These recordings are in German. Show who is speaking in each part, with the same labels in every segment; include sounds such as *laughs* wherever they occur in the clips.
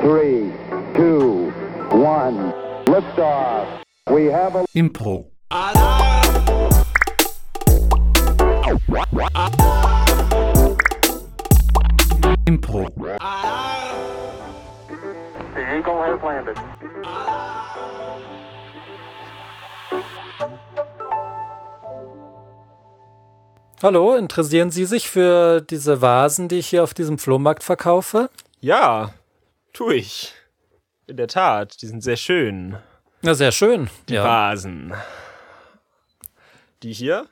Speaker 1: three, two, one. Liftoff. We have a
Speaker 2: Impro. Impro.
Speaker 3: The Eagle has landed.
Speaker 4: Hallo, interessieren Sie sich für diese Vasen, die ich hier auf diesem Flohmarkt verkaufe?
Speaker 5: Ja, tu ich. In der Tat, die sind sehr schön.
Speaker 4: Na, sehr schön.
Speaker 5: Die Vasen. Die hier,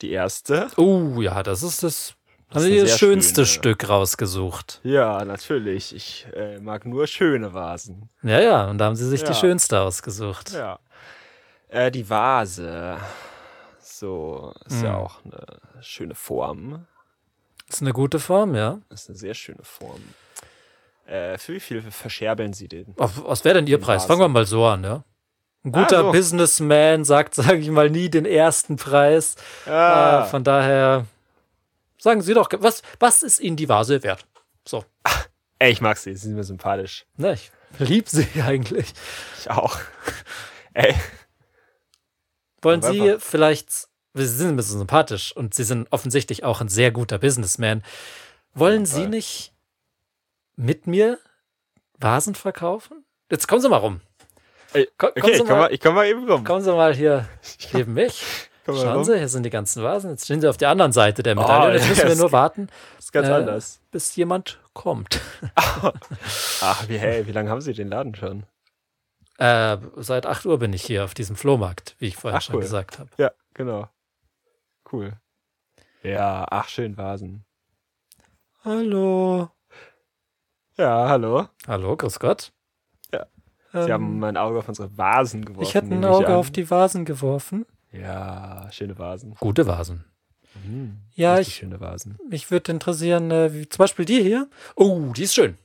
Speaker 5: die erste.
Speaker 4: Oh, ja, das ist das, haben
Speaker 5: ist
Speaker 4: Sie
Speaker 5: eine
Speaker 4: das
Speaker 5: sehr äh, schöne.
Speaker 4: schönste Stück rausgesucht.
Speaker 5: Ja, natürlich. Ich äh, mag nur schöne Vasen.
Speaker 4: Ja, ja, und da haben Sie sich die
Speaker 5: Ja.
Speaker 4: schönste ausgesucht.
Speaker 5: Ja. Äh, die Vase. So, ist ja auch eine schöne Form.
Speaker 4: Ist eine gute Form, ja.
Speaker 5: Ist eine sehr schöne Form. Äh, für wie viel verscherbeln Sie den?
Speaker 4: Auf- Was wäre denn Ihr Preis?
Speaker 5: Vasen.
Speaker 4: Fangen wir mal so an, ja. Ein guter
Speaker 5: so.
Speaker 4: Businessman sagt, *laughs* sage ich mal, nie den ersten Preis. Äh,
Speaker 5: Ah.
Speaker 4: von daher, sagen Sie doch, was, was ist Ihnen die Vase wert? So,
Speaker 5: Ey, Äh, ich mag sie, sie sind mir sympathisch.
Speaker 4: ne, ich lieb Sie *laughs* eigentlich.
Speaker 5: Ich auch. Ey,
Speaker 4: Wollen
Speaker 5: Aber
Speaker 4: Sie
Speaker 5: einfach-
Speaker 4: vielleicht, Sie sind ein bisschen sympathisch und Sie sind offensichtlich auch ein sehr guter Businessman. Wollen Sie
Speaker 5: Fall.
Speaker 4: nicht mit mir Vasen verkaufen? Jetzt kommen Sie mal rum.
Speaker 5: Ey,
Speaker 4: Ko-
Speaker 5: okay, ich
Speaker 4: Sie
Speaker 5: komm, mal, ich komm mal eben rum.
Speaker 4: kommen Sie
Speaker 5: *laughs*
Speaker 4: mal hier neben mich.
Speaker 5: komm mal
Speaker 4: Schauen
Speaker 5: rum.
Speaker 4: Sie, hier sind die ganzen Vasen. Jetzt stehen Sie auf der anderen Seite der Medaille.
Speaker 5: Oh,
Speaker 4: und jetzt müssen
Speaker 5: das-
Speaker 4: wir nur warten,
Speaker 5: Das ist ganz
Speaker 4: Äh,
Speaker 5: anders.
Speaker 4: bis jemand kommt.
Speaker 5: Ach, wie, hey, wie lange haben Sie den Laden schon?
Speaker 4: Äh, seit 8 Uhr bin ich hier auf diesem Flohmarkt, wie ich vorhin
Speaker 5: Ach,
Speaker 4: schon
Speaker 5: cool.
Speaker 4: gesagt habe.
Speaker 5: Ja, genau. Cool. Ja, ach, schön Vasen.
Speaker 4: Hallo.
Speaker 5: Ja, hallo.
Speaker 4: Hallo, grüß Gott.
Speaker 5: Ja.
Speaker 4: Ähm,
Speaker 5: Sie haben mein Auge auf unsere Vasen geworfen.
Speaker 4: ich hätte ein
Speaker 5: nehme
Speaker 4: Auge
Speaker 5: an.
Speaker 4: auf die Vasen geworfen.
Speaker 5: Ja, schöne Vasen.
Speaker 4: Gute Vasen.
Speaker 5: Mhm.
Speaker 4: Ja,
Speaker 5: Richtig
Speaker 4: ich,
Speaker 5: schöne Vasen.
Speaker 4: mich würde interessieren, äh, wie, zum Beispiel die hier. Oh, die ist schön.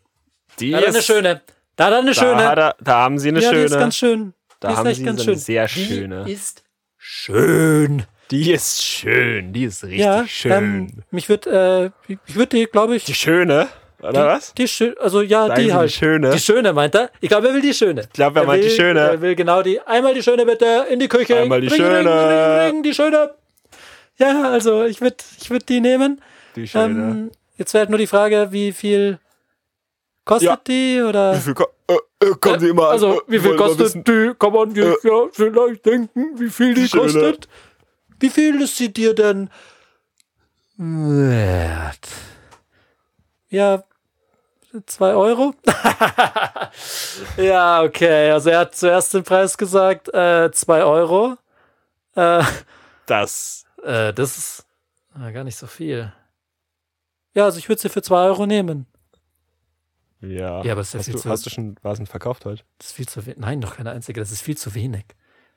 Speaker 5: Die
Speaker 4: Da hat er eine schöne. Da hat er eine
Speaker 5: Da,
Speaker 4: schöne.
Speaker 5: hat er, da haben Sie eine
Speaker 4: ja,
Speaker 5: schöne.
Speaker 4: die ist ganz schön.
Speaker 5: Da
Speaker 4: die ist
Speaker 5: haben
Speaker 4: echt
Speaker 5: Sie
Speaker 4: ganz
Speaker 5: so eine
Speaker 4: schön.
Speaker 5: sehr
Speaker 4: Die
Speaker 5: schöne.
Speaker 4: ist schön.
Speaker 5: Die ist schön. Die ist richtig
Speaker 4: ja,
Speaker 5: schön.
Speaker 4: Ähm, mich würde, äh, ich würde die, glaube ich,
Speaker 5: die schöne, oder
Speaker 4: die,
Speaker 5: was?
Speaker 4: die schön, also ja,
Speaker 5: Sagen
Speaker 4: die
Speaker 5: Sie die
Speaker 4: halt.
Speaker 5: schöne.
Speaker 4: Die schöne meint er. Ich glaube, er will die schöne. Ich
Speaker 5: glaube, er meint die
Speaker 4: will,
Speaker 5: schöne.
Speaker 4: Er will genau die. Einmal die schöne bitte in die Küche.
Speaker 5: Einmal die
Speaker 4: Ring, ring,
Speaker 5: schöne.
Speaker 4: Ring, ring, ring, die schöne. Ja, also ich würde, ich würde die nehmen.
Speaker 5: Die schöne.
Speaker 4: Ähm, jetzt wäre halt nur die Frage, wie viel kostet
Speaker 5: Ja.
Speaker 4: die oder
Speaker 5: Wie viel ko äh, äh, kommen Sie immer an?
Speaker 4: also
Speaker 5: Äh,
Speaker 4: wie viel
Speaker 5: wollen wir
Speaker 4: kostet
Speaker 5: wissen? Äh.
Speaker 4: die? Kann man jetzt ja vielleicht denken, wie viel die
Speaker 5: Schöne. ne?
Speaker 4: kostet. Wie viel ist sie dir denn wert? Ja, zwei Euro. *laughs* ja, okay. Also er hat zuerst den Preis gesagt, äh, zwei Euro. Äh,
Speaker 5: Das.
Speaker 4: äh, das ist äh, gar nicht so viel. Ja, also ich würde sie für zwei Euro nehmen.
Speaker 5: Ja.
Speaker 4: Ja, aber es ist ja
Speaker 5: hast,
Speaker 4: viel zu-
Speaker 5: du, hast du schon Vasen verkauft heute?
Speaker 4: Das ist viel zu wenig. Nein, noch keine einzige. Das ist viel zu wenig.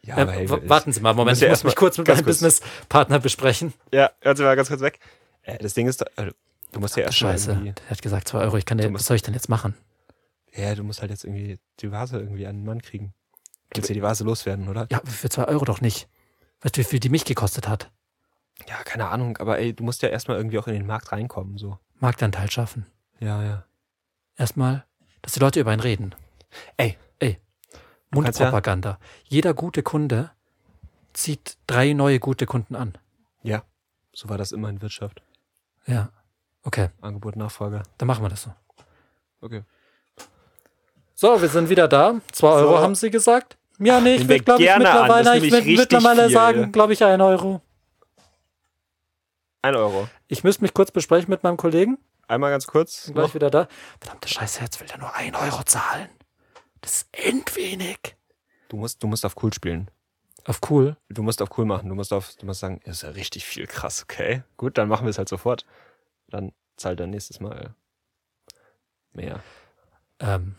Speaker 5: Ja,
Speaker 4: Ähm, wa- warten Sie mal, Moment,
Speaker 5: muss
Speaker 4: ich
Speaker 5: ja
Speaker 4: muss
Speaker 5: erst mal-
Speaker 4: mich kurz mit
Speaker 5: ganz
Speaker 4: meinem
Speaker 5: kurz.
Speaker 4: Businesspartner besprechen.
Speaker 5: Ja, hören Sie mal ganz kurz weg. Äh, das Ding ist, äh, du musst ja erst mal
Speaker 4: Scheiße,
Speaker 5: irgendwie-
Speaker 4: der hat gesagt 2 Euro, ich kann dir,
Speaker 5: musst-
Speaker 4: was soll ich denn jetzt machen?
Speaker 5: Ja, du musst halt jetzt irgendwie die Vase irgendwie an den Mann kriegen. Du willst ja die Vase loswerden, oder?
Speaker 4: Ja, für 2 Euro doch nicht. Weißt du, wie viel die mich gekostet hat?
Speaker 5: Ja, keine Ahnung, aber ey, du musst ja erstmal irgendwie auch in den Markt reinkommen, so.
Speaker 4: Marktanteil schaffen.
Speaker 5: Ja, ja.
Speaker 4: Erstmal, dass die Leute über einen reden.
Speaker 5: Ey.
Speaker 4: Ey.
Speaker 5: kannst ja-
Speaker 4: Mundpropaganda. Jeder gute Kunde zieht drei neue gute Kunden an.
Speaker 5: Ja. So war das immer in Wirtschaft.
Speaker 4: Ja. Okay,
Speaker 5: Angebot, Nachfrage.
Speaker 4: dann machen wir das so.
Speaker 5: Okay.
Speaker 4: So, wir sind wieder da. 2 Euro
Speaker 5: So.
Speaker 4: haben sie gesagt. Ja, nee, ich
Speaker 5: Nehmen wir
Speaker 4: würde, glaube ich,
Speaker 5: gerne an. Das
Speaker 4: mittlerweile,
Speaker 5: nehme
Speaker 4: ich
Speaker 5: ich
Speaker 4: würd
Speaker 5: richtig
Speaker 4: mittlerweile
Speaker 5: viel.
Speaker 4: sagen, glaube ich, 1 Euro.
Speaker 5: Ein Euro.
Speaker 4: Ich müsste mich kurz besprechen mit meinem Kollegen.
Speaker 5: Einmal ganz kurz.
Speaker 4: Bin gleich
Speaker 5: Noch.
Speaker 4: wieder da. Verdammte Scheiße, jetzt will der nur 1 Euro zahlen. Das ist endwenig.
Speaker 5: Du musst, du musst auf cool spielen.
Speaker 4: Auf cool.
Speaker 5: Du musst auf cool machen. Du musst auf, du musst sagen, ist ja richtig viel krass, okay? Gut, dann machen wir es halt sofort. Dann zahlt er nächstes Mal mehr.
Speaker 4: Ähm.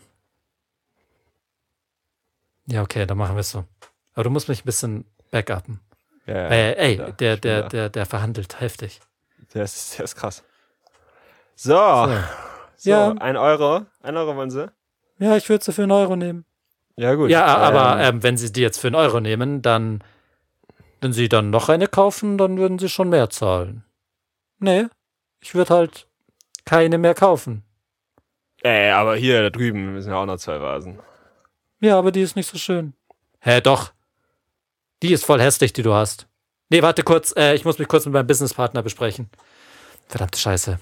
Speaker 4: Ja, okay, dann machen wir es so. Aber du musst mich ein bisschen backuppen.
Speaker 5: Ja, ja.
Speaker 4: äh, ey,
Speaker 5: ja,
Speaker 4: der,
Speaker 5: ich bin
Speaker 4: der,
Speaker 5: da.
Speaker 4: der, der verhandelt heftig.
Speaker 5: Der ist, der ist krass. So,
Speaker 4: So.
Speaker 5: so
Speaker 4: Ja.
Speaker 5: ein Euro. Ein Euro wollen sie?
Speaker 4: Ja, ich würde sie für einen Euro nehmen.
Speaker 5: Ja, gut.
Speaker 4: Ja, aber
Speaker 5: Ähm,
Speaker 4: ähm, wenn sie die jetzt für einen Euro nehmen, dann. Wenn sie dann noch eine kaufen, dann würden sie schon mehr zahlen. Nee, ich würde halt keine mehr kaufen.
Speaker 5: Ey, aber hier, da drüben müssen ja auch noch zwei Vasen.
Speaker 4: Ja, aber die ist nicht so schön. Hä, doch. Die ist voll hässlich, die du hast. Nee, warte kurz. Äh, ich muss mich kurz mit meinem Businesspartner besprechen. Verdammte Scheiße.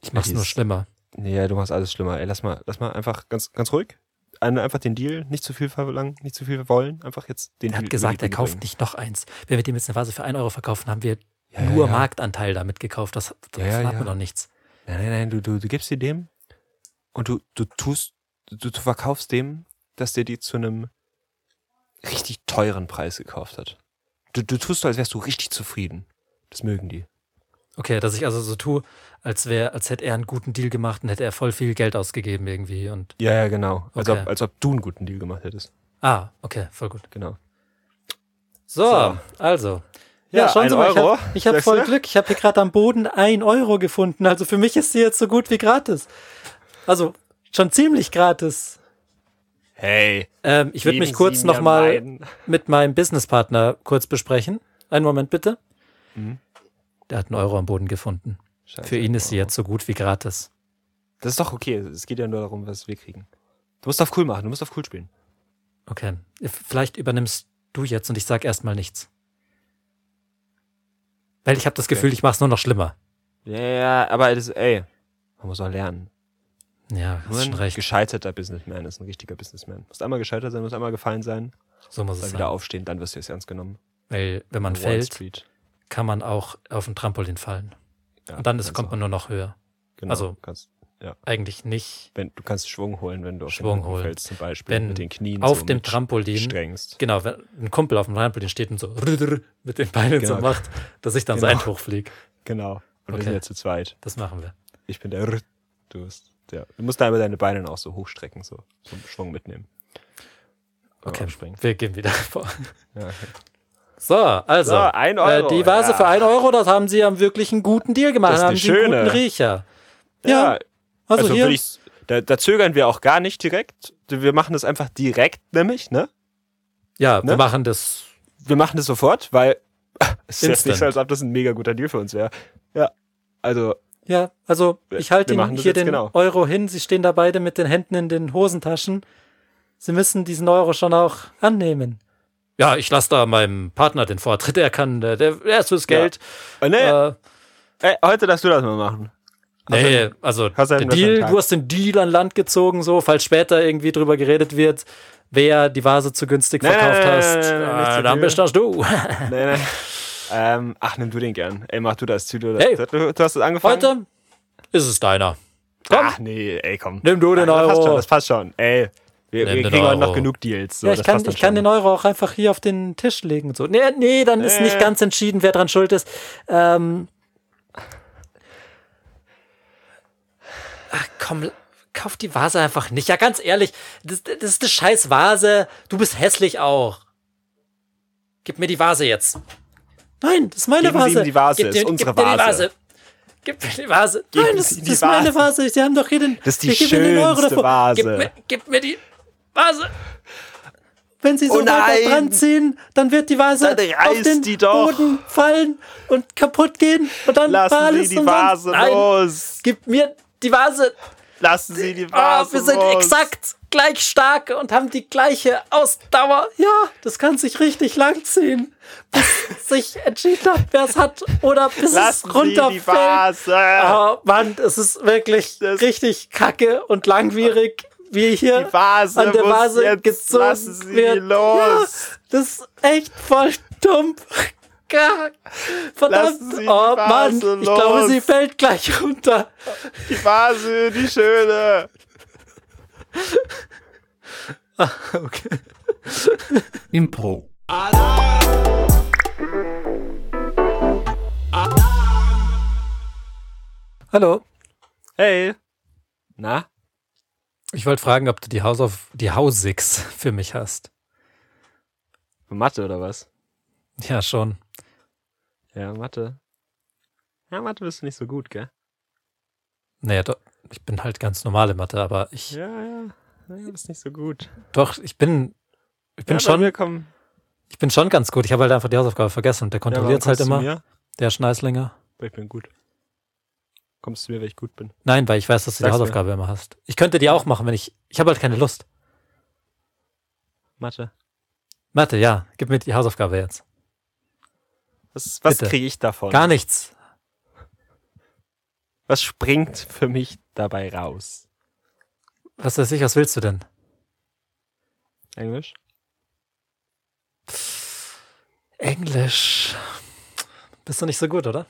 Speaker 4: Ich mach's
Speaker 5: die
Speaker 4: nur
Speaker 5: ist-
Speaker 4: schlimmer.
Speaker 5: Nee, ja, du machst alles schlimmer. Ey, lass mal, lass mal einfach ganz, ganz ruhig. Ein- Einfach den Deal, nicht zu viel verlangen, nicht zu viel wollen. Einfach jetzt den
Speaker 4: Er
Speaker 5: Deal
Speaker 4: hat
Speaker 5: über
Speaker 4: gesagt,
Speaker 5: die
Speaker 4: er
Speaker 5: Bühne
Speaker 4: kauft
Speaker 5: bringen.
Speaker 4: nicht noch eins. Wenn wir dem jetzt eine Vase für 1 Euro verkaufen, haben wir
Speaker 5: Ja,
Speaker 4: nur
Speaker 5: ja, ja.
Speaker 4: Marktanteil damit gekauft. Das, das
Speaker 5: Ja, ja,
Speaker 4: hat
Speaker 5: ja.
Speaker 4: man doch nichts.
Speaker 5: Nein, nein, nein, du, du, du gibst sie dem und du, du tust, du, du verkaufst dem, dass der die zu einem richtig teuren Preis gekauft hat. Du, du tust so, als wärst du richtig zufrieden. Das mögen die.
Speaker 4: Okay, dass ich also so tue, als wäre, als hätte er einen guten Deal gemacht und hätte er voll viel Geld ausgegeben irgendwie. Und
Speaker 5: Ja, ja, genau. Als,
Speaker 4: Okay.
Speaker 5: ob, als ob du einen guten Deal gemacht hättest.
Speaker 4: ah, okay, voll gut.
Speaker 5: Genau.
Speaker 4: So,
Speaker 5: So.
Speaker 4: also.
Speaker 5: Ja, ein Euro,
Speaker 4: ich habe
Speaker 5: sagst
Speaker 4: hab voll
Speaker 5: du?
Speaker 4: Glück. Ich habe hier gerade am Boden ein Euro gefunden. Also für mich ist sie jetzt so gut wie gratis. Also schon ziemlich gratis.
Speaker 5: Hey.
Speaker 4: Ähm, ich würde mich kurz nochmal mit meinem Businesspartner kurz besprechen. Einen Moment bitte.
Speaker 5: Mhm.
Speaker 4: Der hat einen Euro am Boden gefunden. Für ihn ist sie jetzt so gut wie gratis.
Speaker 5: Das ist doch okay. Es geht ja nur darum, was wir kriegen. Du musst auf cool machen, du musst auf cool spielen.
Speaker 4: Okay. Vielleicht übernimmst du jetzt und ich sag erstmal nichts. Weil ich habe das Gefühl, ich mach's nur noch schlimmer.
Speaker 5: Ja, ja, aber das, ey. Man muss auch lernen.
Speaker 4: Ja,
Speaker 5: Nur
Speaker 4: hast schon
Speaker 5: ein
Speaker 4: recht.
Speaker 5: gescheiterter Businessman ist ein richtiger Businessman. Musst einmal gescheitert sein, musst einmal gefallen sein,
Speaker 4: So muss es
Speaker 5: dann wieder
Speaker 4: sein.
Speaker 5: aufstehen, dann wirst du es ernst genommen.
Speaker 4: Weil wenn man
Speaker 5: Wall
Speaker 4: fällt,
Speaker 5: Street.
Speaker 4: kann man auch auf ein Trampolin fallen.
Speaker 5: Ja,
Speaker 4: Und dann
Speaker 5: kannst
Speaker 4: ist, kommt
Speaker 5: auch-
Speaker 4: man nur noch höher.
Speaker 5: genau,
Speaker 4: also-
Speaker 5: kannst,
Speaker 4: Eigentlich nicht.
Speaker 5: wenn, du kannst Schwung holen, wenn du auf den
Speaker 4: Schwung
Speaker 5: Rücken
Speaker 4: holen.
Speaker 5: fällst, zum Beispiel
Speaker 4: Wenn
Speaker 5: mit den Knien
Speaker 4: auf
Speaker 5: so
Speaker 4: dem
Speaker 5: mit
Speaker 4: Trampolin-
Speaker 5: strengst.
Speaker 4: Genau, wenn ein Kumpel auf dem Trampolin steht und so *laughs* mit den Beinen so
Speaker 5: Genau.
Speaker 4: macht, dass ich dann
Speaker 5: Genau.
Speaker 4: so ein hochfliege.
Speaker 5: Genau. Und
Speaker 4: Okay.
Speaker 5: wir sind ja zu zweit.
Speaker 4: Das machen wir.
Speaker 5: Ich bin der R. Du bist der. Du musst da aber deine Beine auch so hochstrecken, so zum Schwung mitnehmen. Oder
Speaker 4: Okay,
Speaker 5: abspringen.
Speaker 4: wir gehen wieder *laughs* vor.
Speaker 5: Ja.
Speaker 4: So, also.
Speaker 5: So, ein Euro,
Speaker 4: äh, die Vase
Speaker 5: ja.
Speaker 4: für 1 Euro, das haben sie am wirklich einen guten Deal gemacht.
Speaker 5: Das ist
Speaker 4: haben
Speaker 5: eine
Speaker 4: sie einen guten
Speaker 5: schöne.
Speaker 4: Riecher.
Speaker 5: Ja,
Speaker 4: Ja, also,
Speaker 5: also
Speaker 4: hier.
Speaker 5: würde ich. Da, da zögern wir auch gar nicht direkt. Wir machen das einfach direkt, nämlich, ne?
Speaker 4: ja, wir
Speaker 5: ne?
Speaker 4: machen das.
Speaker 5: wir machen das sofort, weil *laughs* es ist jetzt
Speaker 4: Instant.
Speaker 5: nicht so, als ob das ein mega guter Deal für uns wäre. Ja, also
Speaker 4: Ja, also ich halte
Speaker 5: wir machen
Speaker 4: Ihnen
Speaker 5: das
Speaker 4: hier
Speaker 5: jetzt
Speaker 4: den
Speaker 5: genau.
Speaker 4: Euro hin. Sie stehen da beide mit den Händen in den Hosentaschen. Sie müssen diesen Euro schon auch annehmen. Ja, ich lasse da meinem Partner den Vortritt. Er kann, der, der er ist fürs
Speaker 5: Ja.
Speaker 4: Geld.
Speaker 5: äh, nee,
Speaker 4: Äh,
Speaker 5: ey, heute darfst du das mal machen. Also,
Speaker 4: nee, also
Speaker 5: hast du
Speaker 4: der
Speaker 5: einen besseren
Speaker 4: Deal,
Speaker 5: Tag.
Speaker 4: du hast den Deal an Land gezogen, so, falls später irgendwie drüber geredet wird, wer die Vase zu günstig
Speaker 5: Nein,
Speaker 4: verkauft
Speaker 5: nein, nein,
Speaker 4: hast.
Speaker 5: nein, nein, nein, nicht
Speaker 4: äh,
Speaker 5: zu
Speaker 4: dann
Speaker 5: viel.
Speaker 4: bist das du.
Speaker 5: Nee, nee. ähm, ach, nimm du den gern. Ey, mach du das Ziel oder
Speaker 4: Hey.
Speaker 5: du, du hast es angefangen.
Speaker 4: Heute ist es deiner. Komm,
Speaker 5: Ach nee, ey, komm.
Speaker 4: nimm du den
Speaker 5: Das passt schon,
Speaker 4: Euro.
Speaker 5: das passt schon. Ey, wir,
Speaker 4: Nimm
Speaker 5: wir
Speaker 4: den
Speaker 5: kriegen heute
Speaker 4: Euro.
Speaker 5: noch genug Deals. So,
Speaker 4: ja, ich
Speaker 5: das
Speaker 4: kann,
Speaker 5: passt dann
Speaker 4: ich kann
Speaker 5: schon.
Speaker 4: den Euro auch einfach hier auf den Tisch legen und so. Nee, nee, dann ist
Speaker 5: Nee.
Speaker 4: nicht ganz entschieden, wer dran schuld ist. Ähm, ach komm, kauf die Vase einfach nicht. Ja, ganz ehrlich, das, das ist eine scheiß Vase. Du bist hässlich auch. Gib mir die Vase jetzt. Nein, das ist meine
Speaker 5: Geben Sie
Speaker 4: Vase.
Speaker 5: ihm die Vase,
Speaker 4: Gib
Speaker 5: ist
Speaker 4: dir-
Speaker 5: unsere
Speaker 4: gib mir die
Speaker 5: Vase.
Speaker 4: Gib mir die Vase.
Speaker 5: Geben
Speaker 4: Nein, das,
Speaker 5: Sie ihm
Speaker 4: das
Speaker 5: die
Speaker 4: ist meine
Speaker 5: Vase.
Speaker 4: Vase. Sie haben doch hier den.
Speaker 5: Das ist die
Speaker 4: ich gebe Ihnen den Euro
Speaker 5: schönste
Speaker 4: davor. Gib
Speaker 5: Vase.
Speaker 4: mir, gib mir die Vase. Wenn sie so
Speaker 5: Oh
Speaker 4: weiter
Speaker 5: nein!
Speaker 4: dran ziehen, dann wird die Vase
Speaker 5: Dann
Speaker 4: auf
Speaker 5: reißt
Speaker 4: den
Speaker 5: die doch!
Speaker 4: Boden fallen und kaputt gehen. Und dann war
Speaker 5: Lassen
Speaker 4: alles
Speaker 5: Sie die
Speaker 4: und dann,
Speaker 5: Vase
Speaker 4: nein,
Speaker 5: los.
Speaker 4: Gib mir die Vase.
Speaker 5: Lassen Sie die
Speaker 4: Ah,
Speaker 5: Vase
Speaker 4: wir sind
Speaker 5: los.
Speaker 4: exakt gleich stark und haben die gleiche Ausdauer. Ja, das kann sich richtig lang ziehen, bis *laughs* sich entschieden hat, wer es hat oder bis
Speaker 5: Lassen
Speaker 4: es
Speaker 5: Sie die
Speaker 4: runterfällt.
Speaker 5: Vase.
Speaker 4: Ah, Mann, es ist wirklich
Speaker 5: Das-
Speaker 4: richtig kacke und langwierig, wie hier
Speaker 5: Die Vase
Speaker 4: an der
Speaker 5: muss
Speaker 4: Vase
Speaker 5: jetzt-
Speaker 4: gezogen
Speaker 5: lassen Sie die
Speaker 4: wird.
Speaker 5: los.
Speaker 4: Ja, das ist echt voll dumm. *laughs* Verdammt,
Speaker 5: Lassen Sie die
Speaker 4: oh Mann,
Speaker 5: Vase
Speaker 4: ich glaube,
Speaker 5: los.
Speaker 4: sie fällt gleich runter.
Speaker 5: Die Vase, die schöne.
Speaker 4: Okay.
Speaker 2: Impro.
Speaker 4: Hallo.
Speaker 5: Hey. Na?
Speaker 4: Ich wollte fragen, ob du die Hausauf die Hausix für mich hast.
Speaker 5: Mathe oder was?
Speaker 4: Ja, schon.
Speaker 5: Ja, Mathe. Ja, Mathe bist du nicht so gut, gell?
Speaker 4: Naja, doch, ich bin halt ganz normale Mathe, aber ich
Speaker 5: Ja, ja. Ja, bist nicht so gut.
Speaker 4: doch, ich bin ich bin
Speaker 5: ja,
Speaker 4: schon
Speaker 5: Kommen.
Speaker 4: ich bin schon ganz gut. Ich habe halt einfach die Hausaufgabe vergessen und der kontrolliert es halt immer, der Schneißlinger.
Speaker 5: Ich bin gut. Kommst du mir, weil ich gut bin?
Speaker 4: Nein, weil ich weiß, dass du die
Speaker 5: Sag's mir.
Speaker 4: Hausaufgabe immer hast. Ich könnte die auch machen, wenn ich. Ich habe halt keine Lust.
Speaker 5: Mathe.
Speaker 4: Mathe, ja, gib mir die Hausaufgabe jetzt.
Speaker 5: Was, was
Speaker 4: Bitte.
Speaker 5: kriege ich davon?
Speaker 4: Gar nichts.
Speaker 5: was springt für mich dabei raus?
Speaker 4: Was weiß ich, was willst du denn?
Speaker 5: Englisch?
Speaker 4: Englisch. Bist du nicht so gut, oder?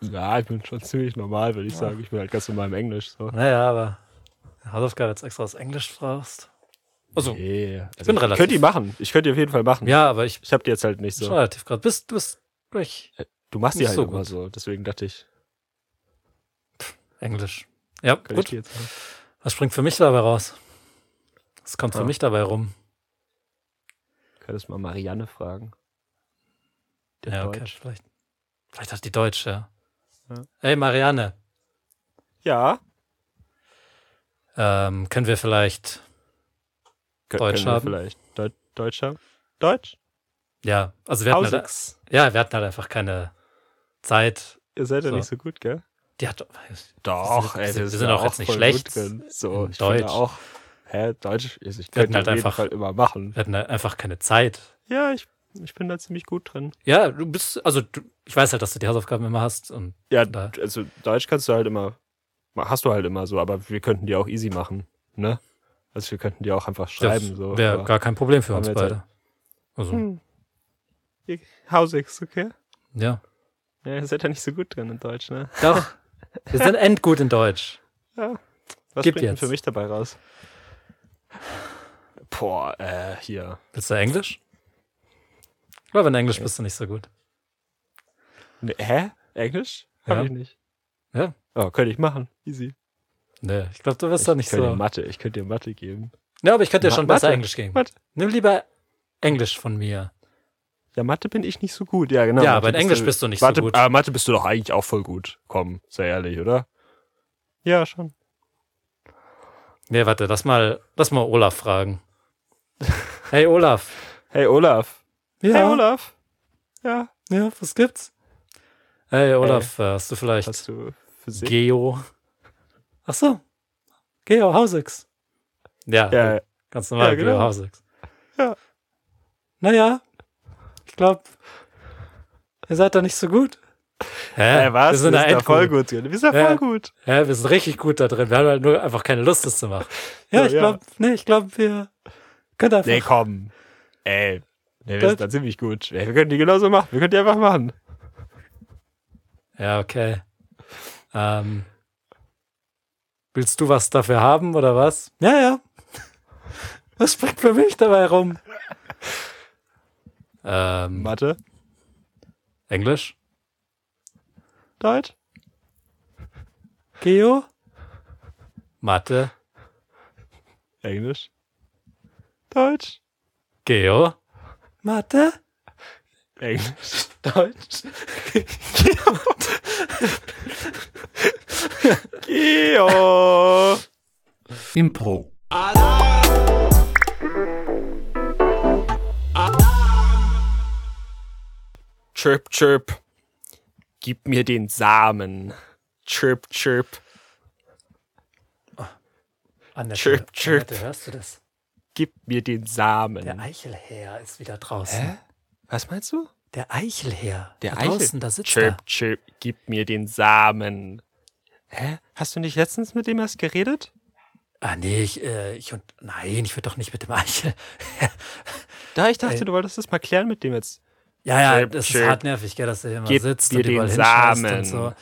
Speaker 5: Ja, ich bin schon ziemlich normal, würde ich sagen. Ich bin halt ganz normal im Englisch. So.
Speaker 4: Naja, aber Hausaufgabe jetzt extra aus Englisch brauchst. Also,
Speaker 5: Yeah. Also,
Speaker 4: bin relativ-
Speaker 5: Ich könnte die machen. Ich könnte die auf jeden Fall machen.
Speaker 4: ja, aber ich
Speaker 5: Ich habe die jetzt halt nicht
Speaker 4: bin
Speaker 5: so.
Speaker 4: schon relativ gerade. Bist, du bist durch
Speaker 5: Du machst die
Speaker 4: Nicht
Speaker 5: halt
Speaker 4: so
Speaker 5: immer
Speaker 4: gut.
Speaker 5: so. Deswegen dachte ich,
Speaker 4: Englisch. Ja,
Speaker 5: könnte ich
Speaker 4: gut.
Speaker 5: die jetzt machen.
Speaker 4: Was springt für mich dabei raus? Was kommt für
Speaker 5: Ja.
Speaker 4: mich dabei rum?
Speaker 5: Könntest mal Marianne fragen. Der
Speaker 4: ja, okay,
Speaker 5: Deutsch.
Speaker 4: vielleicht. Vielleicht auch die Deutsche, ja.
Speaker 5: Ja.
Speaker 4: Hey, Marianne,
Speaker 5: Ja.
Speaker 4: ähm, können wir vielleicht,
Speaker 5: Kön-
Speaker 4: Deutsch
Speaker 5: können wir
Speaker 4: haben.
Speaker 5: Vielleicht. Deu Deutscher. Deutsch?
Speaker 4: ja, also wir hatten, halt,
Speaker 5: Hausix.
Speaker 4: ja, wir hatten halt einfach keine Zeit.
Speaker 5: Ihr seid ja
Speaker 4: So.
Speaker 5: nicht so gut, gell?
Speaker 4: Die hat,
Speaker 5: Doch,
Speaker 4: Wir
Speaker 5: ey,
Speaker 4: sind-
Speaker 5: das
Speaker 4: wir
Speaker 5: ist
Speaker 4: sind
Speaker 5: ja
Speaker 4: auch jetzt nicht
Speaker 5: voll
Speaker 4: schlecht
Speaker 5: gut drin. So,
Speaker 4: in
Speaker 5: ich Deutsch.
Speaker 4: Deutsch.
Speaker 5: auch, hä, Deutsch, also ich
Speaker 4: Wir
Speaker 5: könnte
Speaker 4: hatten halt
Speaker 5: auf jeden
Speaker 4: einfach-
Speaker 5: Fall immer machen.
Speaker 4: wir hatten halt einfach keine Zeit.
Speaker 5: Ja, ich, ich bin da ziemlich gut drin.
Speaker 4: Ja, du bist, also du, ich weiß halt, dass du die Hausaufgaben immer hast und
Speaker 5: Ja,
Speaker 4: Da.
Speaker 5: also Deutsch kannst du halt immer, hast du halt immer so, aber wir könnten die auch easy machen, ne? Also wir könnten die auch einfach schreiben,
Speaker 4: das
Speaker 5: so.
Speaker 4: wäre
Speaker 5: aber-
Speaker 4: gar kein Problem für
Speaker 5: haben
Speaker 4: uns
Speaker 5: wir jetzt halt-
Speaker 4: beide. Also,
Speaker 5: Hm. Ihr Hausix, okay?
Speaker 4: ja.
Speaker 5: Ja, ihr seid ja nicht so gut drin in Deutsch, ne?
Speaker 4: Doch, wir
Speaker 5: *laughs*
Speaker 4: sind endgut in Deutsch.
Speaker 5: Ja. Was
Speaker 4: Gib
Speaker 5: bringt denn
Speaker 4: jetzt.
Speaker 5: für mich dabei raus? Boah, äh, hier.
Speaker 4: Willst du Englisch? Ich glaube, in Englisch bist du nicht so gut.
Speaker 5: Ne, hä? Englisch? Hab
Speaker 4: Ja.
Speaker 5: ich nicht.
Speaker 4: Ja.
Speaker 5: Oh, könnte ich machen. Easy.
Speaker 4: Nee, ich glaube, du bist
Speaker 5: ich
Speaker 4: da nicht
Speaker 5: könnte dir
Speaker 4: so.
Speaker 5: Mathe, ich könnte dir Mathe geben.
Speaker 4: Ja, aber ich könnte dir
Speaker 5: Ma-
Speaker 4: schon besser
Speaker 5: Mathe.
Speaker 4: Englisch geben.
Speaker 5: Mathe.
Speaker 4: Nimm lieber Englisch von mir.
Speaker 5: Ja, Mathe bin ich nicht so gut. Ja, genau.
Speaker 4: Ja,
Speaker 5: Mathe
Speaker 4: aber in Englisch bist du nicht so
Speaker 5: Mathe,
Speaker 4: gut.
Speaker 5: Aber Mathe bist du doch eigentlich auch voll gut. Komm, sei ehrlich, oder? Ja, schon.
Speaker 4: Nee, warte, lass mal, lass mal
Speaker 5: *laughs*
Speaker 4: Olaf fragen. Hey Olaf.
Speaker 5: Hey, Olaf.
Speaker 4: Ja,
Speaker 5: Hey, Olaf. Ja,
Speaker 4: Ja, was gibt's? Hey Olaf, äh, hast du vielleicht
Speaker 5: hast du Physik?
Speaker 4: Geo? Ach so. Geo Hausix. Ja,
Speaker 5: ja,
Speaker 4: ganz normal
Speaker 5: ja, genau.
Speaker 4: Geo Hausix.
Speaker 5: Ja.
Speaker 4: Naja, ich glaube, ihr seid da nicht so gut. Hä?
Speaker 5: Hey, was?
Speaker 4: Wir sind
Speaker 5: wir
Speaker 4: da
Speaker 5: sind da
Speaker 4: endgut.
Speaker 5: voll gut drin. Wir sind da
Speaker 4: Ja.
Speaker 5: voll gut.
Speaker 4: Ja, wir sind richtig gut da drin. Wir haben halt nur einfach keine Lust, das zu machen. Ja,
Speaker 5: Ja,
Speaker 4: ich
Speaker 5: ja.
Speaker 4: glaube, nee, ich glaube, wir können einfach.
Speaker 5: Nee, komm. Ey. Nee, wir
Speaker 4: Das-
Speaker 5: sind da ziemlich gut. Ey, wir können die genauso machen. Wir können die einfach machen.
Speaker 4: Ja, okay. Ähm, willst du was dafür haben oder was? Ja, ja. Was springt für mich dabei rum? Ähm,
Speaker 5: Mathe,
Speaker 4: Englisch?
Speaker 5: Deutsch,
Speaker 4: Geo? Mathe?
Speaker 5: Englisch, Deutsch,
Speaker 4: Geo? Mathe?
Speaker 5: Englisch, *laughs* Deutsch. Geo.
Speaker 2: Impro.
Speaker 5: Chirp, chirp. Gib mir den Samen. Chirp, chirp.
Speaker 4: Annette,
Speaker 5: Chirp, chirp. Hm.
Speaker 4: Annette, hörst du das?
Speaker 5: Gib mir den Samen.
Speaker 4: Der Eichelherr ist wieder draußen.
Speaker 5: Was meinst du?
Speaker 4: Der Eichelherr.
Speaker 5: Der
Speaker 4: da
Speaker 5: Eichel.
Speaker 4: draußen, da sitzt er.
Speaker 5: Chirp, chirp. Gib mir den Samen. Hä? Hast du nicht letztens mit dem erst geredet?
Speaker 4: Ah, nee, ich, äh, ich und. Nein, ich würde doch nicht mit dem Eichel. *laughs*
Speaker 5: Da, ich dachte,
Speaker 4: Ey.
Speaker 5: du wolltest das mal klären mit dem jetzt.
Speaker 4: ja, ja,
Speaker 5: Chirp,
Speaker 4: das ist
Speaker 5: chirp.
Speaker 4: hart nervig, gell, dass er immer
Speaker 5: Gib
Speaker 4: sitzt
Speaker 5: mir
Speaker 4: und überall
Speaker 5: den
Speaker 4: hinschmeißt
Speaker 5: Samen.
Speaker 4: und so.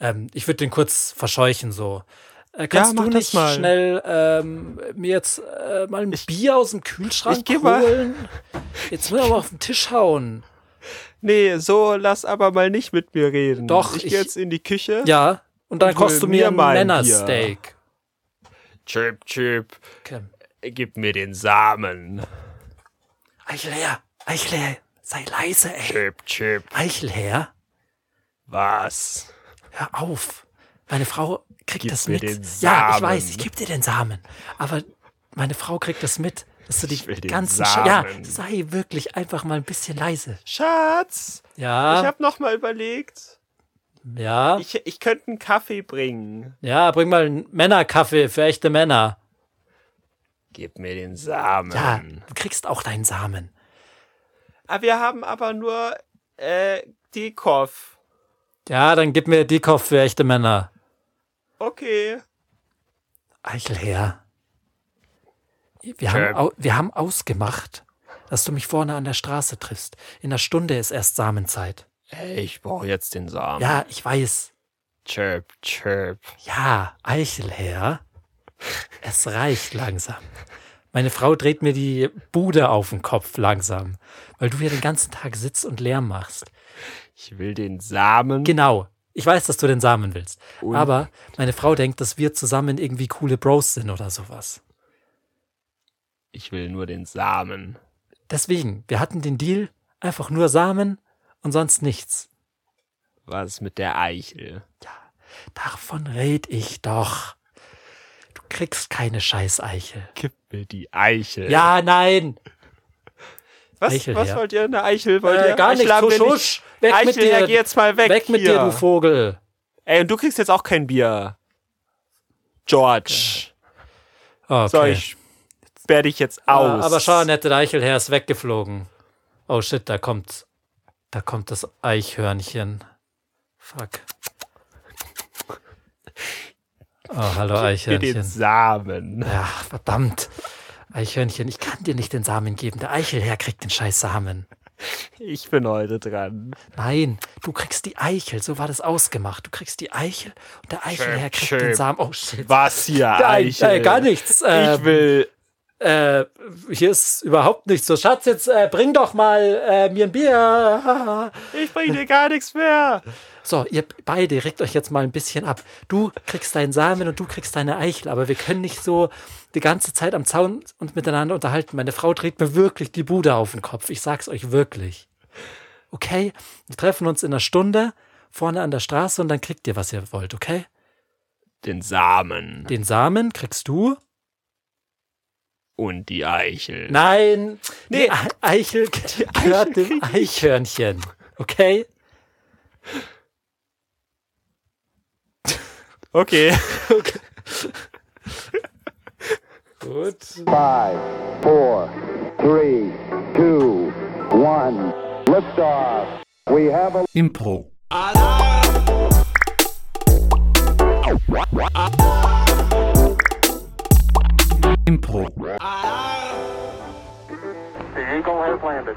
Speaker 4: Ähm, ich würde den kurz verscheuchen, so. Äh, kannst
Speaker 5: mach
Speaker 4: du
Speaker 5: das
Speaker 4: nicht
Speaker 5: mal.
Speaker 4: schnell ähm, mir jetzt äh, mal ein
Speaker 5: Ich-
Speaker 4: Bier aus dem Kühlschrank
Speaker 5: ich geh mal-
Speaker 4: holen? Jetzt will er aber auf den Tisch hauen.
Speaker 5: Nee, so lass aber mal nicht mit mir reden.
Speaker 4: Doch,
Speaker 5: ich,
Speaker 4: ich-
Speaker 5: gehe jetzt in die Küche.
Speaker 4: Ja, und dann
Speaker 5: Ich will
Speaker 4: kochst du
Speaker 5: mir
Speaker 4: mir ein
Speaker 5: mal ein
Speaker 4: Männersteak.
Speaker 5: Chirp, chirp.
Speaker 4: Okay.
Speaker 5: Gib mir den Samen.
Speaker 4: Eichelherr, Eichelherr, sei leise, ey.
Speaker 5: Chirp, chirp.
Speaker 4: Eichelherr,
Speaker 5: Was?
Speaker 4: hör auf. Meine Frau kriegt
Speaker 5: Gib
Speaker 4: das
Speaker 5: mir
Speaker 4: mit.
Speaker 5: den
Speaker 4: Ja,
Speaker 5: Samen.
Speaker 4: ich weiß, ich gebe dir den Samen. Aber meine Frau kriegt das mit, dass du die
Speaker 5: Ich will den
Speaker 4: ganzen Sch- Ja,
Speaker 5: Samen.
Speaker 4: sei wirklich einfach mal ein bisschen leise.
Speaker 5: Schatz,
Speaker 4: Ja,
Speaker 5: ich hab noch mal überlegt.
Speaker 4: Ja,
Speaker 5: Ich, ich könnte einen Kaffee bringen.
Speaker 4: ja, bring mal einen Männerkaffee für echte Männer.
Speaker 5: Gib mir den Samen.
Speaker 4: Ja, du kriegst auch deinen Samen.
Speaker 5: Aber Ah, wir haben aber nur äh, Dekov.
Speaker 4: Ja, dann gib mir Dikoff für echte Männer.
Speaker 5: Okay.
Speaker 4: Eichel her. Wir haben, au- wir haben ausgemacht, dass du mich vorne an der Straße triffst. In einer Stunde ist erst Samenzeit.
Speaker 5: Ich brauche jetzt den Samen.
Speaker 4: Ja, ich weiß.
Speaker 5: Chirp, chirp.
Speaker 4: Ja, Eichel her. Es reicht langsam. Meine Frau dreht mir die Bude auf den Kopf langsam, weil du hier den ganzen Tag sitzt und Lärm machst.
Speaker 5: Ich will den Samen.
Speaker 4: Genau. Ich weiß, dass du den Samen willst.
Speaker 5: Und-
Speaker 4: Aber meine Frau denkt, dass wir zusammen irgendwie coole Bros sind oder sowas.
Speaker 5: Ich will nur den Samen.
Speaker 4: Deswegen, wir hatten den Deal, einfach nur Samen und sonst nichts.
Speaker 5: Was mit der Eichel?
Speaker 4: Davon red ich doch. Du kriegst keine Scheißeichel.
Speaker 5: Gib mir die Eichel.
Speaker 4: Ja, nein.
Speaker 5: was,
Speaker 4: Eichel
Speaker 5: was
Speaker 4: her.
Speaker 5: wollt ihr? Eine Eichel? Wollt
Speaker 4: Äh,
Speaker 5: ihr?
Speaker 4: gar
Speaker 5: Eichel
Speaker 4: nichts.
Speaker 5: haben
Speaker 4: Husch,
Speaker 5: wir
Speaker 4: husch. Weg
Speaker 5: Eichel
Speaker 4: mit dir.
Speaker 5: her, geh jetzt mal weg
Speaker 4: Weg mit
Speaker 5: hier.
Speaker 4: dir, du Vogel.
Speaker 5: Ey, und du kriegst jetzt auch kein Bier. George.
Speaker 4: Okay.
Speaker 5: So, ich sperr dich jetzt
Speaker 4: Ah,
Speaker 5: aus.
Speaker 4: aber schau, nette Eichelherr ist weggeflogen. Oh shit, da kommt, da kommt das Eichhörnchen. Fuck. Oh,
Speaker 5: Gib
Speaker 4: hallo
Speaker 5: mir den
Speaker 4: Eichhörnchen.
Speaker 5: Samen.
Speaker 4: Ja, verdammt. Eichhörnchen, ich kann dir nicht den Samen geben. Der Eichelherr kriegt den scheiß Samen.
Speaker 5: Ich bin heute dran.
Speaker 4: Nein, du kriegst die Eichel. So war das ausgemacht. Du kriegst die Eichel und der Eichelherr kriegt
Speaker 5: schön.
Speaker 4: den Samen. Oh shit.
Speaker 5: Was hier,
Speaker 4: Nein,
Speaker 5: Eichel?
Speaker 4: äh, gar nichts.
Speaker 5: Ich
Speaker 4: Ähm,
Speaker 5: will
Speaker 4: äh, hier ist überhaupt nichts so. Schatz, jetzt äh, bring doch mal äh, mir ein Bier. *laughs*
Speaker 5: Ich bring dir gar nichts mehr.
Speaker 4: So, ihr beide regt euch jetzt mal ein bisschen ab. Du kriegst deinen Samen und du kriegst deine Eichel, aber wir können nicht so die ganze Zeit am Zaun uns miteinander unterhalten. Meine Frau dreht mir wirklich die Bude auf den Kopf. Ich sag's euch wirklich. Okay, wir treffen uns in einer Stunde vorne an der Straße und dann kriegt ihr, was ihr wollt, okay?
Speaker 5: Den Samen
Speaker 4: Den Samen kriegst du.
Speaker 5: und die Eichel.
Speaker 4: Nein, nee, Eichel gehört dem Eichhörnchen, okay?
Speaker 5: Okay.
Speaker 4: Gut.
Speaker 1: Five, four, three, two, one. Liftoff. We have a
Speaker 2: Impro. Impro.
Speaker 3: The Eagle has landed.